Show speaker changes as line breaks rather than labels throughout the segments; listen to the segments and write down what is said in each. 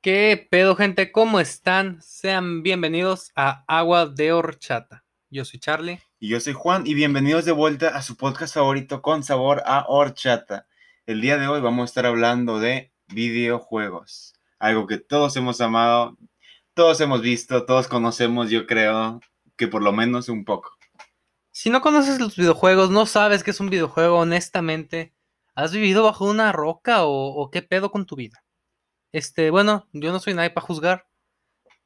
¿Qué pedo, gente? ¿Cómo están? Sean bienvenidos a Agua de Horchata. Yo soy Charlie.
Y yo soy Juan y bienvenidos de vuelta a su podcast favorito con sabor a horchata. El día de hoy vamos a estar hablando de videojuegos, algo que todos hemos amado, todos hemos visto, todos conocemos, yo creo que por lo menos un poco.
Si no conoces los videojuegos, no sabes qué es un videojuego, honestamente, ¿has vivido bajo una roca o, o qué pedo con tu vida? Este, bueno, yo no soy nadie para juzgar,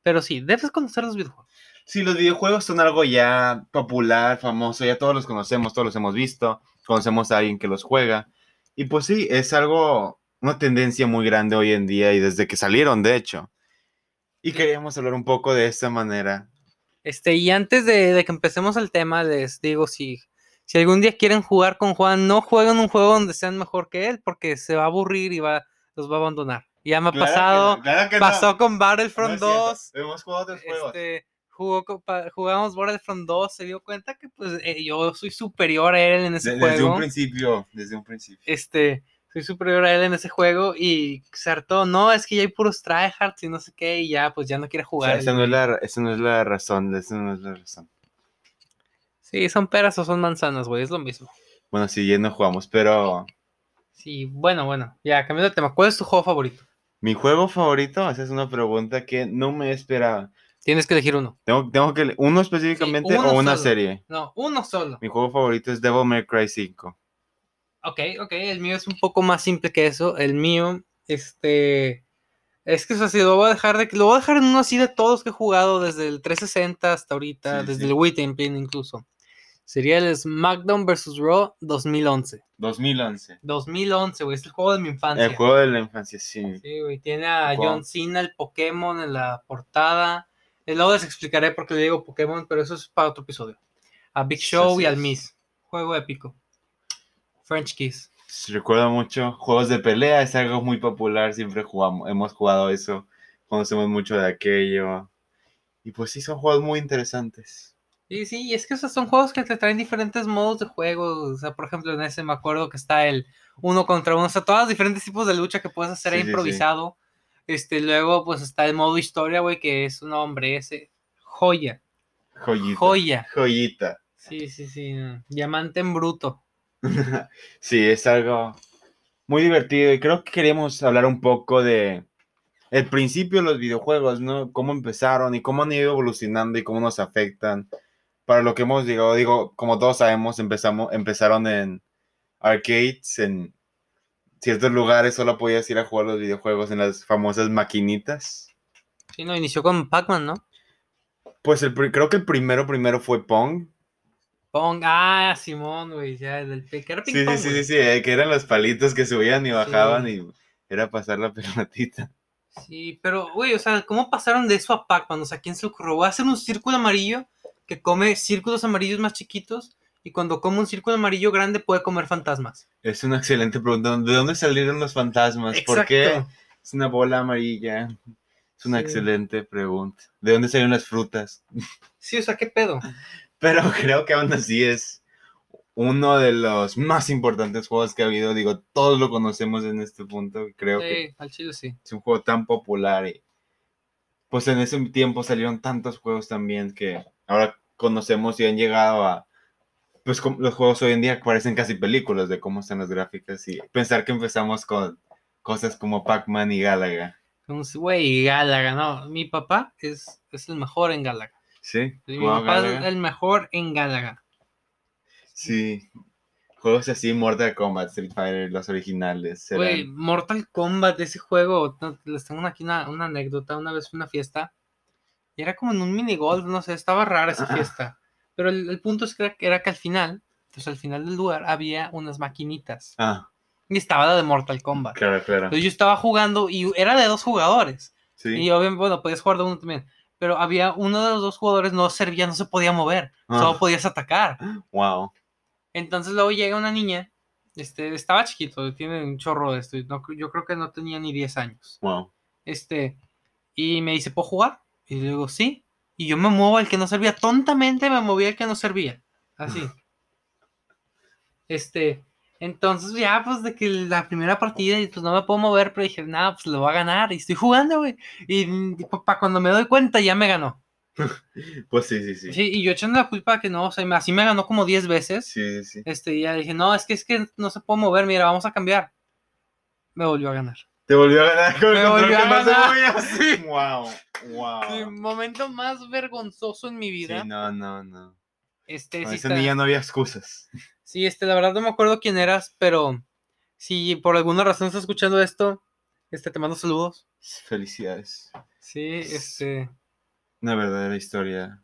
pero sí, debes conocer los videojuegos.
Sí, los videojuegos son algo ya popular, famoso, ya todos los conocemos, todos los hemos visto, conocemos a alguien que los juega. Y pues sí, es algo, una tendencia muy grande hoy en día y desde que salieron, de hecho. Y queríamos hablar un poco de esta manera.
Este, y antes de, de que empecemos el tema, les digo, si, si algún día quieren jugar con Juan, no jueguen un juego donde sean mejor que él, porque se va a aburrir y va, los va a abandonar. Ya me ha
Claro que
pasado,
no, claro que no.
pasó con
No
Battlefront
es cierto,
2,
Hemos jugado otros juegos.
este, jugó, con- pa- jugamos Battlefront 2, se dio cuenta que pues eh, yo soy superior a él en ese
De-
juego.
desde un principio, desde un principio.
este, soy superior a él en ese juego y se hartó, no, es que ya hay puros tryhards y no sé qué, y ya, pues ya no quiere
O
jugar.
sea, esa, no es la, esa no es la razón, esa no es la razón.
Sí, son peras o son manzanas, güey, es lo mismo.
Bueno, sí, ya no jugamos, pero
Sí, bueno, bueno, ya, cambiando de tema, ¿cuál es tu juego favorito?
mi juego favorito, esa es una pregunta que no me esperaba.
Tienes que elegir uno.
Tengo, tengo que, uno específicamente
uno
o una
solo.
serie.
No, uno solo.
Mi juego favorito es Devil May Cry 5.
Ok, ok, el mío es un poco más simple que eso. El mío, este. Es que, o sea, si lo voy a dejar de. Lo voy a dejar en uno así de todos que he jugado desde el 360 hasta ahorita,
Sí,
desde
sí.
el Wii Templin incluso. Sería el SmackDown vs. Raw 2011.
2011.
2011, güey, es el juego de mi infancia.
El juego de la infancia, sí.
Sí, güey, tiene a
El juego.
John Cena, el Pokémon en la portada. Eh, Luego les explicaré por qué le digo Pokémon, pero eso es para otro episodio. A Big
Sí,
Show
así
y al
es.
Miss. Juego épico. French Kiss.
Se Recuerda mucho juegos de pelea, es algo muy popular, siempre jugamos, hemos jugado eso, conocemos mucho de aquello. Y pues sí, son juegos muy interesantes.
Sí, sí, y es que esos son juegos que te traen diferentes modos de juego. O sea, por ejemplo, en ese me acuerdo que está el uno contra uno. O sea, todos los diferentes tipos de lucha que puedes hacer ahí
Sí, sí, sí.
improvisado. Este, luego, pues está el modo historia, güey, que es un hombre ese. Joya.
Joyita.
Joya.
Joyita.
Sí, sí, sí. no. Diamante en bruto.
sí, es algo muy divertido y creo que queremos hablar un poco de el principio de los videojuegos, ¿no? Cómo empezaron y cómo han ido evolucionando y cómo nos afectan. Para lo que hemos llegado, digo, como todos sabemos, empezamos, empezaron en arcades, en ciertos lugares solo podías ir a jugar los videojuegos en las famosas maquinitas.
Sí, no, inició con Pac-Man, ¿no?
Pues el, pri- creo que el primero, primero fue Pong.
Pong. Ah, Simón, güey, ya, el del pe- que era ping
Sí, sí,
pong,
sí,
güey.
sí, sí, eh, que eran los palitos que subían y bajaban y era pasar la pelotita.
Sí, pero, güey, o sea, ¿cómo pasaron de eso a Pac-Man? O sea, ¿quién se le ocurrió? Voy a hacer un círculo amarillo que come círculos amarillos más chiquitos y cuando come un círculo amarillo grande puede comer fantasmas.
Es una excelente pregunta. ¿De dónde salieron los fantasmas? ¿Por qué es una bola amarilla? Es una
Sí.
excelente pregunta. ¿De dónde salieron las frutas?
Sí, o sea, ¿qué pedo?
Pero creo que aún así es uno de los más importantes juegos que ha habido. Digo, todos lo conocemos en este punto. Creo que
Sí, al chile sí.
es un juego tan popular y pues en ese tiempo salieron tantos juegos también que ahora conocemos y han llegado a pues como los juegos hoy en día parecen casi películas de cómo están las gráficas y pensar que empezamos con cosas como Pac-Man y Galaga,
Entonces, Güey, Galaga, no. Mi papá es, es el mejor en Galaga.
¿sí?
Mi
Jugaba
papá es
Galaga.
el mejor en Galaga.
Sí. Juegos así, Mortal Kombat, Street Fighter, los originales. eran-
Güey, Mortal Kombat, ese juego, no, les tengo aquí una, una anécdota, una vez fue una fiesta y era como en un mini golf, no sé, estaba rara esa fiesta. Pero el, el punto es que era, era que al final, pues al final del lugar había unas maquinitas
Ah,
y estaba la de Mortal Kombat.
claro, claro.
Entonces yo estaba jugando y era de dos jugadores.
Sí.
Y obviamente, bueno, podías jugar de uno también. Pero había uno de los dos jugadores no servía, no se podía mover,
Ah.
solo podías atacar.
Wow.
Entonces luego llega una niña, este, estaba chiquito, tiene un chorro de esto, y no cre- yo creo que no tenía ni 10 años.
Wow.
Este, y me dice, ¿puedo jugar? Y le digo, sí. Y yo me muevo al que no servía, tontamente me movía al que no servía. Así. Este, Entonces, ya, pues, de que la primera partida, y pues no me puedo mover, pero dije, nada, pues lo va a ganar, y estoy jugando, güey. Y, para cuando me doy cuenta, ya me ganó.
Pues sí, sí, sí. Sí,
Sí, y yo echando la culpa que no, o sea, me- así me ganó como 10 veces.
sí, sí.
Este, y ya dije, no, es que es que no se puede mover, mira, vamos a cambiar. Me volvió a ganar.
Te volvió a ganar con el
Me
control
volvió
que
a
no se
ganar.
movía así. Wow,
El
wow.
momento más vergonzoso en mi
Sí,
vida.
no, no, no.
Este,
Con
sí,
ese
está-
niño no había excusas.
sí, este, la verdad no me acuerdo quién eras, pero si por alguna razón estás escuchando esto, este, te mando saludos.
Felicidades.
Sí, este,
Una verdadera historia.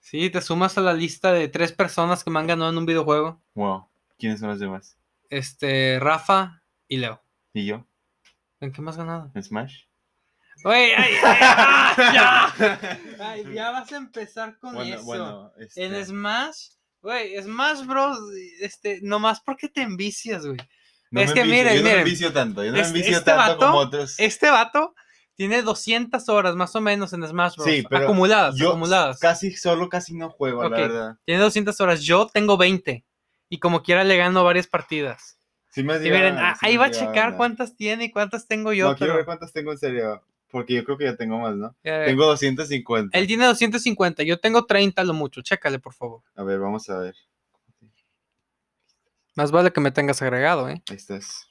sí, te sumas a la lista de tres personas que me han ganado en un videojuego.
Wow. ¿Quiénes son los demás?
Este, Rafa y Leo.
¿Y yo?
¿En qué más ganado?
¿En Smash?
Güey, ay, ay, ah, ya. Ay, ya vas a empezar con
bueno,
eso.
bueno. Este,
En Smash, güey, Smash Bros, este, nomás porque te envicias, güey.
no me
es que
envicio,
miren,
yo no me
miren.
envicio tanto. Yo no me
Este-
envicio
este
tanto como
vato
otros.
Este vato tiene 200 horas más o menos en Smash Bros.
Sí, pero
acumuladas,
yo
acumuladas.
casi solo casi no juego,
Ok.
la verdad.
Tiene 200 horas, yo tengo 20. Y como quiera le gano varias partidas.
Sí me
Y
dio-
miren, a-
sí
ahí
me
va a
dio
checar
ganas.
cuántas tiene y cuántas tengo yo.
no, quiero
pero-
ver cuántas tengo en serio. Porque yo creo que ya tengo más, ¿no?
eh,
Tengo 250.
Él tiene 250, yo tengo 30 lo mucho. Chécale, por favor.
A ver, vamos a ver.
Más vale que me tengas agregado, ¿eh?
Ahí estás.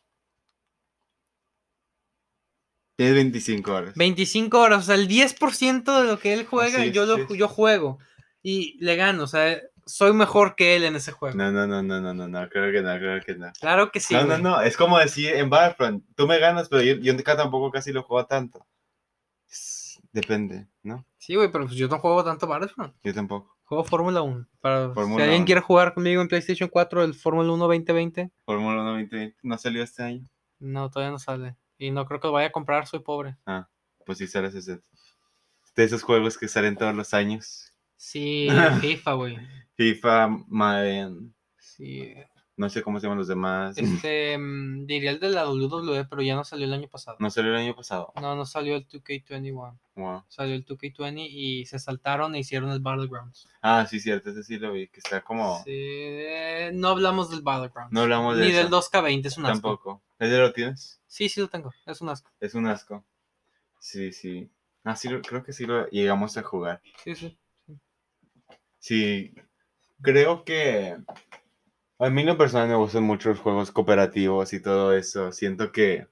Tienes 25 horas.
25 horas, o sea, el 10% de lo que él juega,
Así es,
yo, lo,
sí es.
yo juego. Y le gano, o sea, soy mejor que él en ese juego.
No, no, no, no, no, no, no, creo que no, creo que no.
Claro que sí.
no, no,
güey.
no, es como decir en Battlefront, tú me ganas, pero yo, yo acá tampoco casi lo juego tanto. Es- Depende, ¿no?
Sí, güey, pero pues yo no juego tanto Battlefront.
Yo tampoco.
Juego Fórmula 1. Para, si
Fórmula
alguien
1.
quiere jugar conmigo en PlayStation 4, el Fórmula 1 2020,
Fórmula 1 2020, no salió este año.
no, todavía no sale. Y no creo que lo vaya a comprar, soy pobre.
Pues sí sale ese set. De esos juegos que salen todos los años.
Sí, FIFA, güey.
FIFA, Madden,
Sí.
no sé cómo se llaman los demás.
Este, mm, diría el de la WWE, pero ya no salió el año pasado.
No salió el año pasado.
No, no salió el 2K21.
Wow.
Salió el 2K20 y se saltaron e hicieron el Battlegrounds.
Ah, sí, cierto, ese sí lo vi, que está como...
Sí, eh, no hablamos del Battlegrounds.
No hablamos de
Ni
eso.
del 2K20, es un asco.
Tampoco. ¿Ese lo tienes?
Sí, sí lo tengo, es un asco.
Es un asco. Sí, sí. Ah, sí, lo- creo que sí lo llegamos a jugar.
Sí, sí.
Sí, creo que... A mí en lo personal me gustan mucho los juegos cooperativos y todo eso. Siento que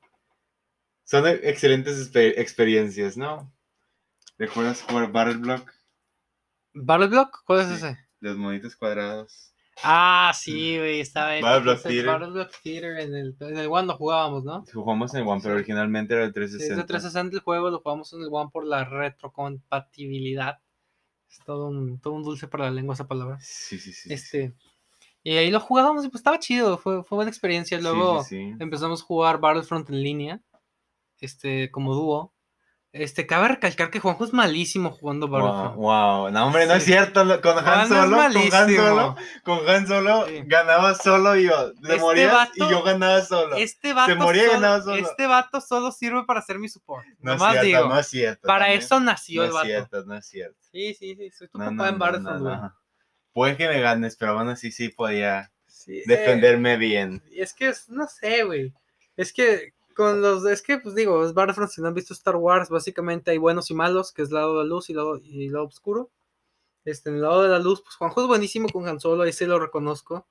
son e- excelentes exper- experiencias, ¿no? ¿Recuerdas jugar Battle Block?
¿Battle Block? ¿Cuál es
Sí.
ese?
Los monitos cuadrados.
Ah, sí, güey, estaba en
Battle Block
el
Mm. Theater.
Battle Block Theater en el, en el One lo jugábamos, ¿no?
Jugamos en One, pero
Sí.
originalmente era el
Sí, es de
360.
360 el juego, lo jugamos en el One por la retrocompatibilidad. Es todo un, todo un dulce para la lengua esa palabra.
Sí, sí, sí. sí, sí.
Este, y ahí lo jugábamos y pues estaba chido, fue, fue buena experiencia.
Sí,
Luego
sí, sí.
empezamos a jugar Battlefront en línea, este, como dúo. Este, cabe recalcar que Juanjo es malísimo jugando
Wow,
Battlefront.
wow. No, hombre, no es
Sí.
cierto. lo- Con Han
Juanjo es
Solo, con Han Solo,
malísimo.
con Han Solo,
Sí.
ganaba solo y yo. Le
Este
morías
vato-
y yo ganaba solo.
Este vato,
moría y
solo,
ganaba solo.
este vato solo sirve para ser mi support.
no es
nomás
cierto,
digo.
no es cierto.
para
también.
eso nació
No
el
es
vato.
cierto, no es cierto.
Sí, sí, sí. Soy tu
No,
papá
no,
en
no,
Battlefront,
no,
güey.
no. Puede que me ganes, pero aún así sí podía
Sí, eh,
defenderme bien.
y es que, es- no sé, güey. Es que con los, es que, pues digo, es Battlefront, si no han visto Star Wars, básicamente hay buenos y malos, que es lado de la luz y lado, y lado oscuro. Este, en el lado de la luz, pues Juanjo es buenísimo con Han Solo, ahí sí lo reconozco.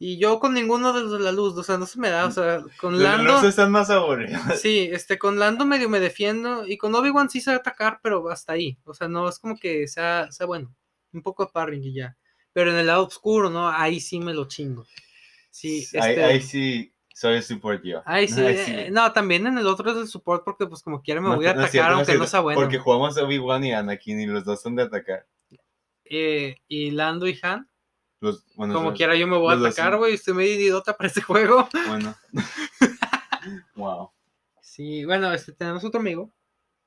Y yo con ninguno de los de la luz, o sea, no se me da, o sea, con
Los de
Lando...
luz están más aburridos.
Sí, este, con Lando medio me defiendo y con Obi-Wan sí sé atacar, pero hasta ahí. O sea, no es como que sea, sea bueno. Un poco de parring y ya. Pero en el lado oscuro, ¿no? Ahí sí me lo chingo. Sí, este,
ahí, ahí sí soy el support yo.
ahí sí, eh, no, también en el otro es el support porque pues como quiera me voy a
No, no
atacar
es cierto, es
aunque no,
cierto,
sea bueno.
Porque jugamos Obi-Wan y Anakin y los dos son de atacar.
Eh, y Lando y Han,
Los, bueno,
como
los-
quiera yo me voy a
los dos sí.
atacar, güey. Estoy medio idiota para este juego.
Bueno. wow.
Sí, bueno, este, tenemos otro amigo.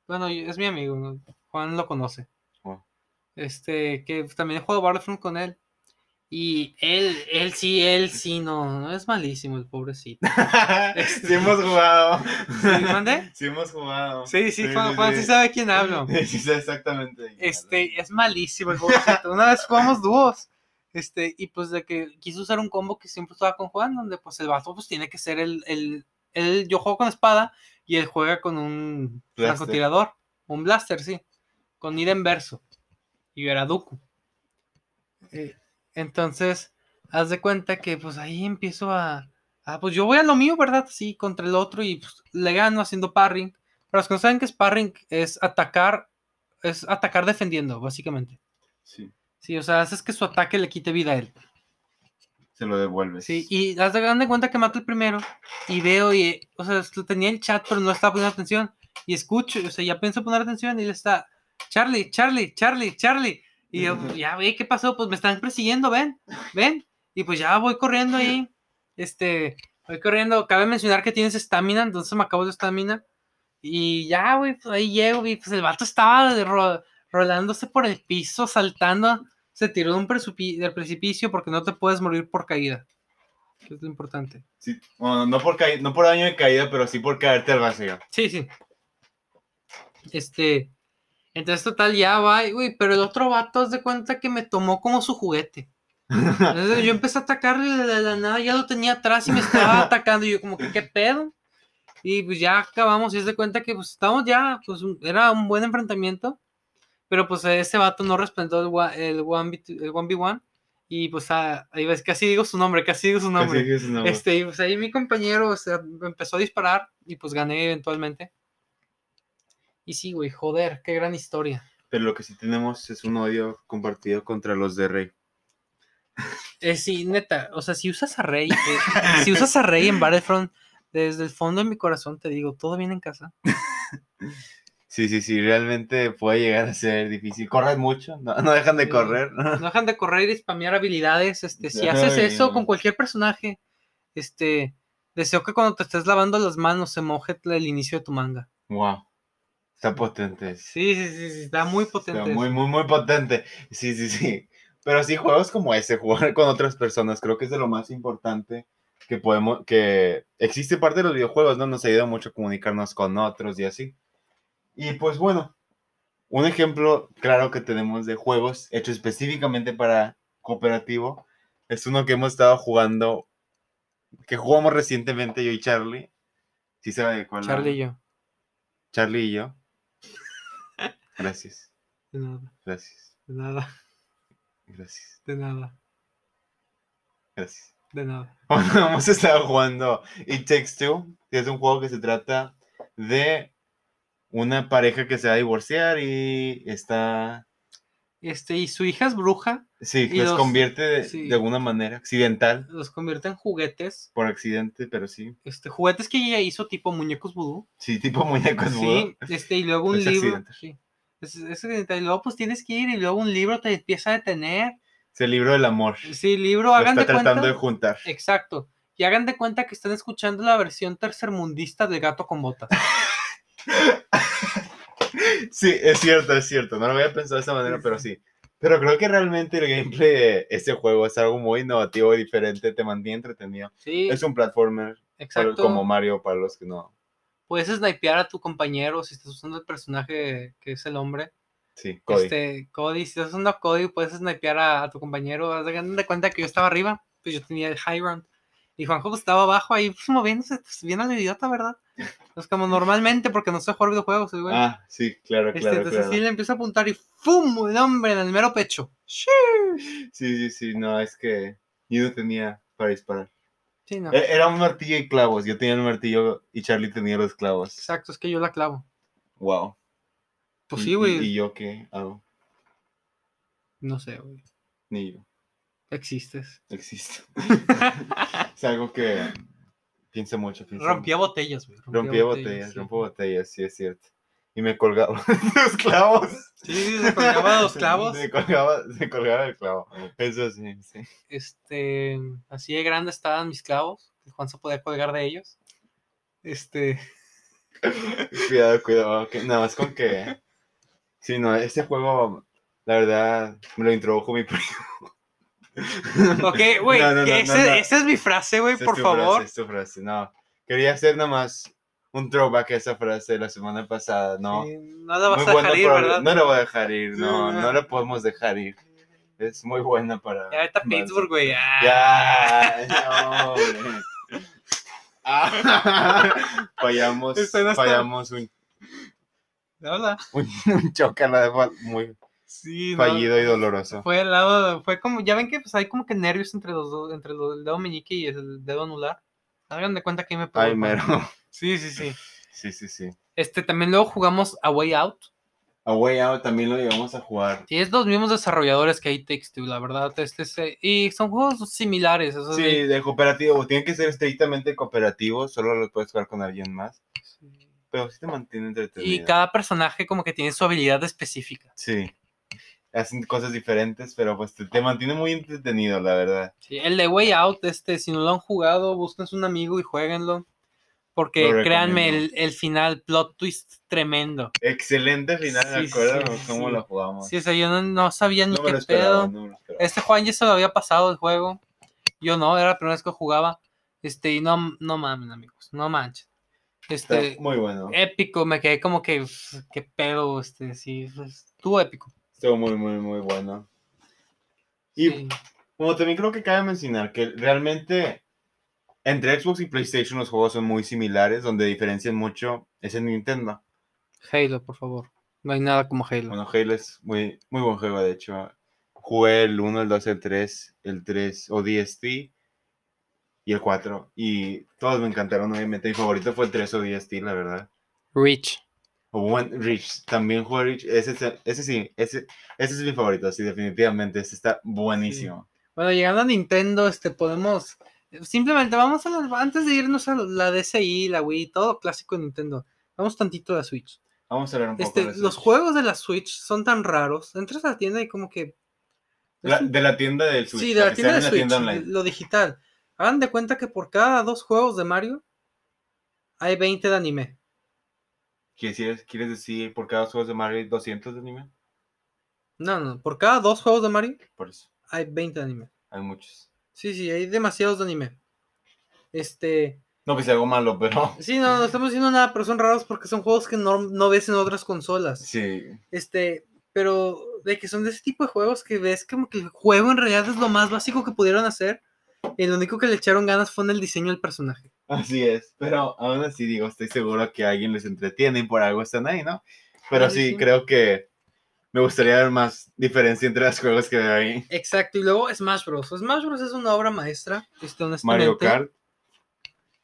Bueno, y- es mi amigo, ¿no? Juan lo conoce.
Wow.
Este, que también he jugado Battlefront con él. Y él, él sí, él sí, no, no es malísimo el pobrecito.
sí hemos jugado.
¿Sí, mandé?
Sí hemos jugado.
Sí, sí, Juan, Juan sí sabe de quién hablo.
Sí, sí, sé exactamente. de quién
Este, es malísimo el pobrecito. Una vez jugamos dúos Este, y pues de que quiso usar un combo que siempre estaba con Juan, donde pues el vato pues tiene que ser el, el, el- yo juego con espada y él juega con un
Blaster.
francotirador, un blaster, sí, con ida en verso. Y yo era Dooku. Eh, entonces, haz de cuenta que pues ahí empiezo a, ah, pues yo voy a lo mío, ¿verdad? Sí, contra el otro y pues, le gano haciendo parring. Para los que no saben que sparring es atacar, es atacar defendiendo, básicamente.
Sí,
Sí, o sea, haces que su ataque le quite vida a él.
se lo devuelves.
Sí, y haz de dan de cuenta que mato el primero y veo y, eh, o sea, lo tenía el chat, pero no estaba poniendo atención. Y escucho, o sea, ya pienso poner atención y le está, Charlie, Charlie, Charlie, Charlie. Y yo, ya, ve, ¿qué pasó? Pues me están persiguiendo, ven, ven. Y pues ya voy corriendo ahí, este, voy corriendo. Cabe mencionar que tienes estamina, entonces me acabo de estamina. Y ya, güey, pues ahí llego y pues el vato estaba de ro- rolándose por el piso, saltando. Se tiró de un precipi- del precipicio porque no te puedes morir por caída. Que es lo importante.
Sí, bueno, no por, caí- no por daño de caída, pero sí por caerte al vacío.
Sí, sí. Este. Entonces, total, ya va, y, güey, pero el otro vato haz de cuenta que me tomó como su juguete. Entonces, yo empecé a atacarle de la, de la nada, ya lo tenía atrás y me estaba atacando. Y yo, como que, ¿qué pedo? Y pues ya acabamos, y es de cuenta que pues estamos ya, pues un- era un buen enfrentamiento. Pero pues ese vato no respetó el, wa- el, 1v2 el 1v1. Y pues ah, ahí ves, casi digo su nombre, casi digo su nombre.
Así que es una-
Este, y pues ahí mi compañero o sea, me empezó a disparar y pues gané eventualmente. Y sí, güey, joder, qué gran historia.
Pero lo que sí tenemos es un odio compartido contra los de Rey.
Eh, sí, neta, o sea, si usas a Rey, eh, si usas a Rey en Battlefront, desde el fondo de mi corazón te digo, todo bien en casa.
Sí, sí, sí, realmente puede llegar a ser difícil. Corren mucho, no, no dejan de
Sí.
correr.
No dejan de correr y spamear habilidades. Este, si
Ay,
haces eso con
no.
cualquier personaje, este, deseo que cuando te estés lavando las manos se moje el inicio de tu manga.
Wow. Está potente. sí,
Sí, sí, sí, sí, está muy potente.
Está
eso.
muy, muy, muy potente. Sí, sí, sí. Pero sí, juegos como ese, jugar con otras personas, creo que es de lo más importante que podemos, que existe parte de los videojuegos, ¿no? Nos ayuda mucho a comunicarnos con otros y así. Y pues bueno, un ejemplo claro que tenemos de juegos hecho específicamente para cooperativo es uno que hemos estado jugando, que jugamos recientemente yo y Charlie. Sí sabe de cuál
Charlie y
hablo?
yo.
Charlie y yo. Gracias,
De nada,
gracias,
de nada,
gracias.
de nada,
Gracias.
de nada.
Bueno, hemos estado jugando It Takes Two, que es un juego que se trata de una pareja que se va a divorciar y está...
Este, y su hija es bruja,
Sí,
Y
los
los-
convierte de,
sí.
de alguna manera accidental,
los convierte en juguetes.
por accidente, pero sí.
Este, juguetes que ella hizo tipo muñecos vudú.
Sí, tipo muñecos vudú.
Sí, este, y luego un
Es
libro.
accidental.
Sí. Es- es accidental, Y luego pues tienes que ir y luego un libro te empieza a detener.
Es el libro del amor.
Sí, libro,
Lo
hagan
está
de cuenta.
tratando de juntar.
Exacto. Y hagan de cuenta que están escuchando la versión tercermundista del gato con botas.
Sí, es cierto, es cierto. No lo había pensado de esa manera,
Sí,
pero
sí.
sí. Pero creo que realmente el gameplay de este juego es algo muy innovativo y diferente. Te mantiene entretenido.
Sí,
Es un platformer para-
exacto.
como Mario para los que no.
Puedes snipear a tu compañero si estás usando el personaje que es el hombre.
Sí, Cody.
Este, Cody, si estás usando a Cody, puedes snipear a, a tu compañero. Haz de- de cuenta que yo estaba arriba, pues yo tenía el high round. Y Juanjo pues, estaba abajo ahí, pues moviéndose, pues, bien a la idiota, ¿verdad? Pues como normalmente, porque no sé jugar videojuegos, el güey.
Ah, sí, claro,
Este,
claro,
entonces
claro.
sí le empiezo a apuntar y ¡fum! El hombre en el mero pecho. ¡Shoo!
Sí, sí, sí, no, es que yo no tenía para disparar.
Sí, no.
E- Era un martillo y clavos. Yo tenía el martillo y Charlie tenía los clavos.
Exacto, es que yo la clavo.
Wow.
Pues
¿Y-
sí,
y-
güey.
¿Y yo qué hago?
No sé, güey.
Ni yo.
Existes.
Existo. es algo que pienso mucho. pienso
Rompía botellas, güey.
mucho. Rompía botellas,
sí.
rompo botellas, sí, es cierto. Y me colgaba de los clavos.
Sí, sí, se colgaba los clavos.
Me colgaba, me colgaba el clavo. Eso sí, sí.
este, así de grande estaban mis clavos, que Juan se podía colgar de ellos. Este,
Cuidado, cuidado. que nada más con que. Sí, no, este juego, la verdad, me lo introdujo mi primo.
ok, güey,
No, no, no,
que
no,
ese-
no.
esa es mi frase, güey,
Esa es
por
tu
favor.
frase, es tu frase, No, quería hacer nada más un throwback a esa frase de la semana pasada, ¿no?
Sí, no la vas
Muy
a
bueno,
dejar ir,
pero
¿verdad?
No la voy a dejar ir,
No,
no,
no.
no la podemos dejar ir. Es muy buena para.
Ya vete a
para-
Pittsburgh, güey. Ah,
Ya, no, güey. Ah, fallamos,
Están hasta-
fallamos un,
Hola.
un, un chócala muy
Sí, no,
fallido y doloroso.
Fue el lado, fue como, ya ven que pues hay como que nervios entre los dos, entre los- el dedo meñique y el dedo anular. Hagan de cuenta que me pegó.
Ay,
el
mero.
pan. Sí, sí, sí.
Sí, sí, sí.
Este, también luego jugamos A Way Out.
A Way Out también lo llevamos a jugar.
Sí, es los mismos desarrolladores que hay Takes Two, la verdad. Este, se- y son juegos similares. Eso
Sí,
sí.
de cooperativo. pues, Tiene que ser estrictamente cooperativo. Solo lo puedes jugar con alguien más. Pero sí te mantiene entretenido.
Y cada personaje como que tiene su habilidad específica.
Sí. Hacen cosas diferentes, pero pues te, te mantiene muy entretenido, la verdad.
Sí, el de Way Out, este, si no lo han jugado, búsquense un amigo y jueguenlo. Porque
Lo
créanme, el,
recomiendo.
el final, plot twist tremendo.
Excelente final, me
Sí,
acuerdo
sí,
cómo
sí.
lo jugamos.
Sí, o sea, yo no, no sabía ni
no me
qué
lo esperaba,
pedo.
no me lo esperaba.
Este Juan ya se lo había pasado el juego. Yo no, era la primera vez que jugaba. Este, y no, no mamen, amigos, no manchen.
Está
Este,
muy bueno.
épico, me quedé como que, "Uf, qué pedo, este, sí, estuvo épico.
Estuvo muy, muy, muy bueno. Y
Sí.
Bueno, también creo que cabe mencionar que realmente entre Xbox y PlayStation los juegos son muy similares, donde diferencian mucho es en Nintendo.
Halo, por favor. No hay nada como Halo.
Bueno, Halo es muy, muy buen juego, de hecho. Jugué el 1, el 2, el 3, el 3 ODST y el 4. Y todos me encantaron, obviamente. Mi favorito fue el 3 ODST, la verdad.
Reach.
O One Rich, también jugué Rich. Ese, es- ese sí, ese, ese es mi favorito, sí, definitivamente. Ese está buenísimo.
Bueno, llegando a Nintendo, este, podemos. Simplemente vamos a la- antes de irnos a la DSi, la Wii, todo clásico de Nintendo. Vamos tantito a la Switch.
Vamos a hablar un poco
Este,
de eso.
los juegos de la Switch son tan raros. Entras a la tienda y como que. es
La-
un-
de la tienda del Switch.
sí, de
la
la
que
tienda de
sale
Switch,
en la tienda
de-
online.
lo digital. Hagan de cuenta que por cada dos juegos de Mario hay 20 de anime.
¿Quieres, ¿Quieres decir por cada juego de Mario hay 200 de anime?
No, no, por cada dos juegos de Mario
Por eso.
hay 20 de anime.
Hay muchos.
Sí, sí, hay demasiados de anime. Este.
No que sea algo malo, pero.
Sí, no, no estamos diciendo nada, pero son raros porque son juegos que no, no ves en otras consolas.
Sí.
Este, pero de que son de ese tipo de juegos que ves como que el juego en realidad es lo más básico que pudieron hacer. Y lo único que le echaron ganas fue en el diseño del personaje.
Así es. Pero aún así, digo, estoy seguro que alguien les entretiene y por algo están ahí, ¿no? Pero
Sí,
sí,
sí.
creo que me gustaría ver más diferencia entre los juegos que veo ahí.
Exacto, y luego Smash Bros. Smash Bros. es una obra maestra, este, honestamente.
Mario Kart.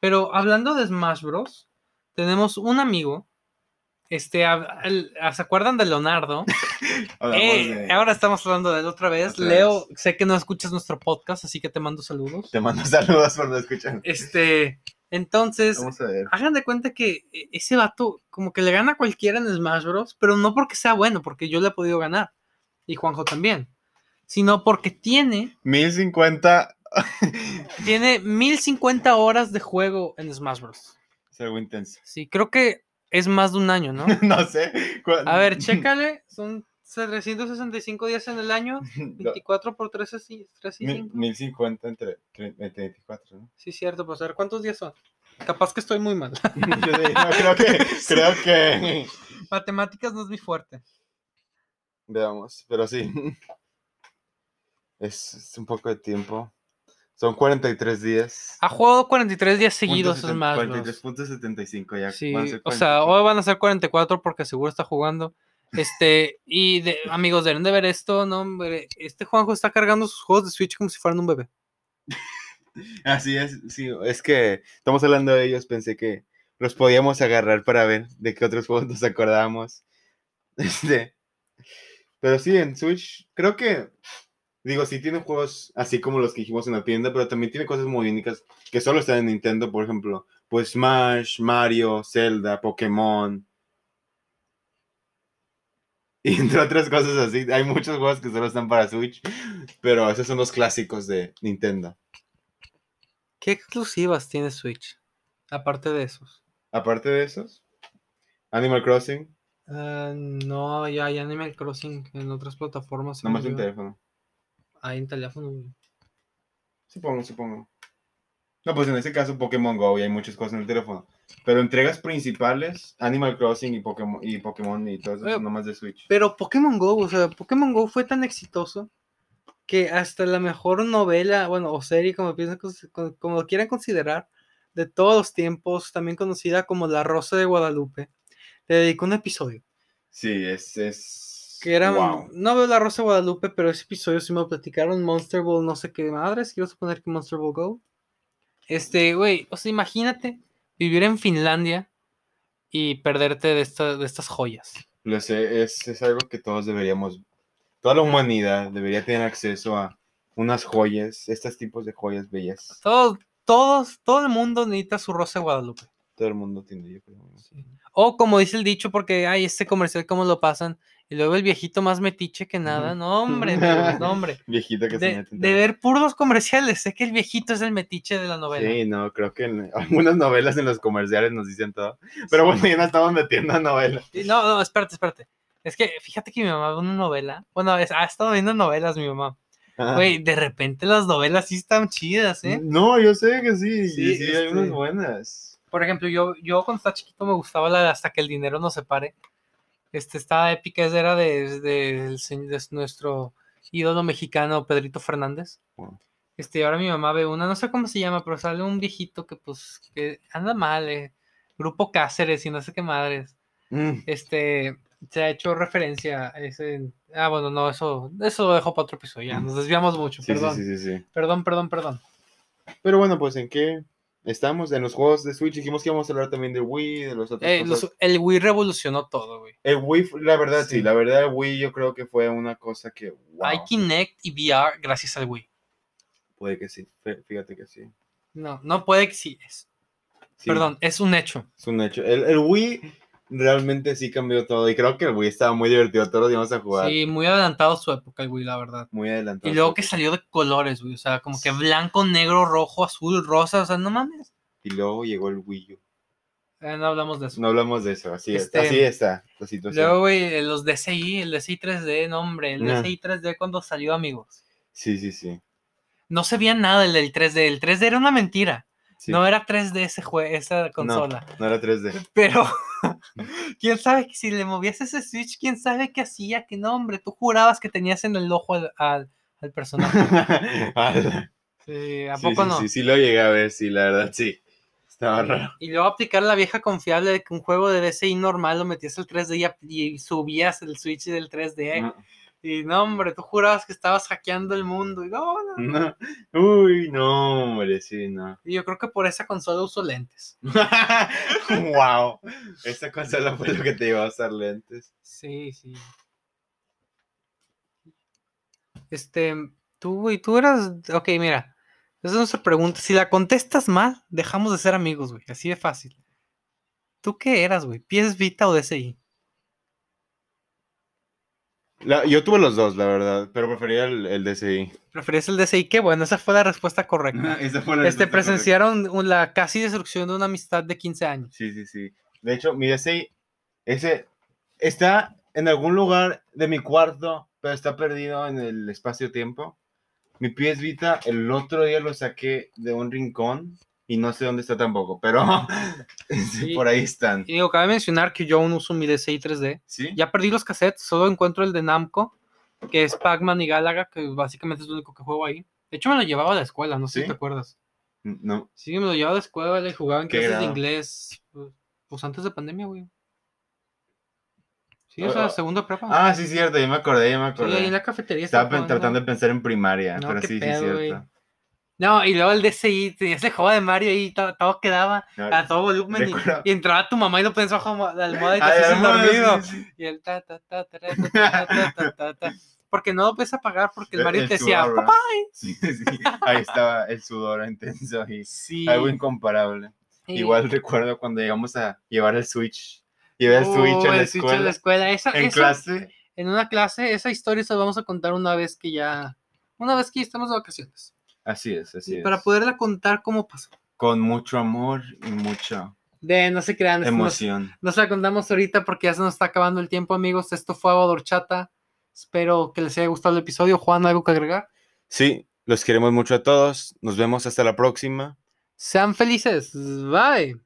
Pero hablando de Smash Bros., tenemos un amigo. Este, a- al- ¿se acuerdan de Leonardo?
hablamos
Eh,
de-
Ahora estamos hablando de él otra vez.
Otra
Leo, sé que no escuchas nuestro podcast, así que te mando saludos.
Te mando saludos por no escuchar.
Este, entonces,
Vamos a ver.
hagan de cuenta que e- ese vato como que le gana a cualquiera en Smash Bros, pero no porque sea bueno, porque yo le he podido ganar. Y Juanjo también. Sino porque tiene,
1050
tiene 1050 horas de juego en Smash Bros.
es algo intenso.
Sí, creo que es más de un año, ¿no?
No sé. cuán-
A ver, chécale, son 365 días en el año,
No.
24 por 3 y
Mil-
5.
1050 entre tre- entre 24, ¿no?
Sí, cierto, pues a ver, ¿cuántos días son? Capaz que estoy muy mal.
Yo sí, no, creo que, creo que.
Matemáticas no es mi fuerte.
Veamos, pero sí. Es, es un poco de tiempo. Son 43 días.
Ha jugado 43 días Ah, seguidos
Punto seten-
Smash Bros.
43.75 ya.
Sí,
van a ser
o sea,
44.
hoy van a ser 44 porque seguro está jugando. Este, y de, amigos, deben de ver esto, no, hombre. Este Juanjo está cargando sus juegos de Switch como si fueran un bebé.
Así es, sí, es que estamos hablando de ellos, pensé que los podíamos agarrar para ver de qué otros juegos nos acordábamos. Este, pero sí, en Switch, creo que, digo, sí tiene juegos así como los que dijimos en la tienda, pero también tiene cosas muy únicas que solo están en Nintendo, por ejemplo, pues Smash, Mario, Zelda, Pokémon. Y entre otras cosas así, hay muchos juegos que solo están para Switch, pero esos son los clásicos de Nintendo.
¿Qué exclusivas tiene Switch? Aparte de esos.
Aparte de esos, Animal Crossing,
Ah, no, ya hay Animal Crossing en otras plataformas. según
nomás un
yo.
teléfono.
Ahí en teléfono. güey.
Supongo, supongo. No, pues en ese caso Pokémon Go y hay muchas cosas en el teléfono. Pero entregas principales, Animal Crossing y Pokémon y, Pokémon y todo eso,
Eh,
nomás de Switch.
Pero Pokémon Go, o sea, Pokémon Go fue tan exitoso que hasta la mejor novela, bueno, o serie, como, piensan, como, como lo quieran considerar, de todos los tiempos, también conocida como La Rosa de Guadalupe, le dedicó un episodio.
Sí, es. es...
Que era.
wow.
No veo La Rosa de Guadalupe, pero ese episodio sí me lo platicaron. Monster Ball, no sé qué madres. Quiero suponer que Monster Ball Go. Este, güey, o sea, imagínate vivir en Finlandia y perderte de, esta- de estas joyas.
Lo sé, es, es algo que todos deberíamos. Toda la humanidad debería tener acceso a unas joyas, estos tipos de joyas bellas.
Todo, todos, todo el mundo necesita su Rosa de Guadalupe.
Todo el mundo tiene, yo creo. ¿no?
O como dice el dicho, porque hay este comercial, ¿cómo lo pasan? Y luego el viejito más metiche que nada. No, hombre, Dios, no, hombre.
Viejito que se
De,
mete. en
de
todo.
ver puros comerciales, sé que el viejito es el metiche de la novela.
Sí, no, creo que en algunas novelas en los comerciales nos dicen todo. Pero bueno, ya no estamos metiendo a novelas.
Y No, no, espérate, espérate. Es que fíjate que mi mamá ve una novela. Bueno, es- ha estado viendo novelas mi mamá.
Ah.
Güey, de repente las novelas sí están chidas, ¿eh?
No, yo sé que sí.
Sí,
Sí, sí, hay unas
este-
buenas.
Por ejemplo, yo, yo cuando estaba chiquito me gustaba la de Hasta que el dinero nos separe. Este, estaba épica, esa era de, de- del señ- de nuestro ídolo mexicano Pedrito Fernández.
Wow.
Este, y ahora mi mamá ve una, no sé cómo se llama, pero sale un viejito que pues que anda mal, eh, Grupo Cáceres y no sé qué madres.
Mm,
Este, se ha hecho referencia a ese... Ah, bueno, no, eso, eso lo dejo para otro episodio, ya, nos desviamos mucho,
Sí, sí,
perdón,
sí, sí, sí.
perdón, perdón, perdón.
Pero bueno, pues en qué estamos en los juegos de Switch. Dijimos que íbamos a hablar también de Wii, de los otros.
Eh, los- el Wii revolucionó todo, güey.
El Eh, Wii, fu- la verdad, sí.
Sí.
la verdad, el Wii yo creo que fue una cosa que. Wow,
Hay Kinect y VR gracias al Wii.
Puede que sí, fe- fíjate que sí.
No, no puede que sí. Es,
Sí,
Perdón, es un hecho.
Es un hecho. El, el Wii realmente sí cambió todo. Y creo que el Wii estaba muy divertido. Todos los íbamos a jugar.
Sí, muy adelantado su época el Wii, la verdad.
Muy adelantado.
Y luego
sí.
que salió de colores, güey. O sea, como que blanco, negro, rojo, azul, rosa. O sea, no mames.
Y luego llegó el Wii U.
Eh, no hablamos de eso.
No hablamos de eso. Así, es-
Este,
así está la situación.
luego, güey, eh, los DCI, el DCI 3D, no, hombre. El
Nah.
DCI 3D cuando salió, amigos.
Sí, sí, sí.
No se veía nada el del 3D. El 3D era una mentira.
sí.
No eh. era 3D ese jue- esa consola.
no Mm. era 3D.
Pero, quién sabe que si le movías ese switch, quién sabe qué hacía, que no, hombre, tú jurabas que tenías en el ojo al, al, al personaje.
Ala.
Sí, ¿a
Sí,
poco
sí,
no?
Sí, sí, lo llegué a ver, sí, la verdad, sí. Estaba raro.
Y luego aplicar la vieja confiable de que un juego de DCI normal lo metías al 3D y ap- y, subías el switch del 3D.
No,
Y no, hombre, tú jurabas que estabas hackeando el mundo. Y, no, no.
no. Uy, no, hombre, sí, no.
Y yo creo que por esa consola uso lentes.
wow. Esa consola fue lo que te llevó a usar lentes.
Sí, sí. Este, tú, güey, tú eras. Ok, mira. Esa es nuestra pregunta. Si la contestas mal, dejamos de ser amigos, güey. Así de fácil. ¿Tú qué eras, güey? ¿Pies Vita o DCI?
La- yo tuve los dos, la verdad, pero prefería el, el DCI.
¿Preferías el DCI? Qué bueno, esa fue la respuesta correcta.
Esa fue la
Este,
respuesta correcta.
presenciaron un- la casi destrucción de una amistad de 15 años.
Sí, sí, sí. De hecho, mi DCI, ese está en algún lugar de mi cuarto, pero está perdido en el espacio-tiempo. Mi PS Vita, el otro día lo saqué de un rincón y no sé dónde está tampoco, pero sí,
Sí.
por ahí están.
Y digo, cabe mencionar que yo aún uso mi DCI 3D.
¿Sí?
Ya perdí los cassettes, solo encuentro el de Namco, que es Pac-Man y Galaga, que básicamente es lo único que juego ahí. De hecho, me lo llevaba a la escuela, no sé si
¿Sí?
te acuerdas.
No.
Sí, me lo llevaba a la escuela y jugaba en
¿Qué
clases de
grado?
inglés. Pues, pues antes de pandemia, güey. Sí, o sea,
Ah,
segunda prepa.
Ah, sí, cierto, ya me acordé, ya me
Sí, ahí en
acordé.
la cafetería.
Estaba
jugando.
pen- tratando de pensar en primaria,
No,
pero
qué
sí, sí,
pedo, güey.
cierto.
No, y luego el DCI, tenía ese juego de Mario ahí, todo, todo quedaba.
No,
a todo volumen y,
Ah, Recuerdo-
y entraba tu mamá y lo pensó bajo la almohada y te
Ay,
hacías el
hermano, sí,
dormido.
sí.
Y el ta ta ta ta ta, ta, ta, ta, ta, ta. Porque no lo puedes apagar porque el
El-
Mario
el
te decía,
sudor, ¿verdad?
papá.
Sí, sí, Ahí estaba el sudor intenso y
Sí.
algo incomparable.
sí.
Igual recuerdo cuando llegamos a llevar el Switch. Llevé el Switch
Oh,
a la
el Switch a la
escuela.
escuela. Esa,
En
esa-
clase.
en una clase, esa historia se la vamos a contar una vez que ya, una vez que ya estamos de vacaciones.
Así es, así es.
para poderla contar cómo pasó.
Con mucho amor y mucha
De, no se crean, esto no es-
emoción.
Nos la contamos ahorita porque ya se nos está acabando el tiempo, amigos. Esto fue Agua de Horchata. Espero que les haya gustado el episodio. Juan, ¿algo que agregar?
Sí, los queremos mucho a todos. Nos vemos hasta la próxima.
Sean felices. Bye.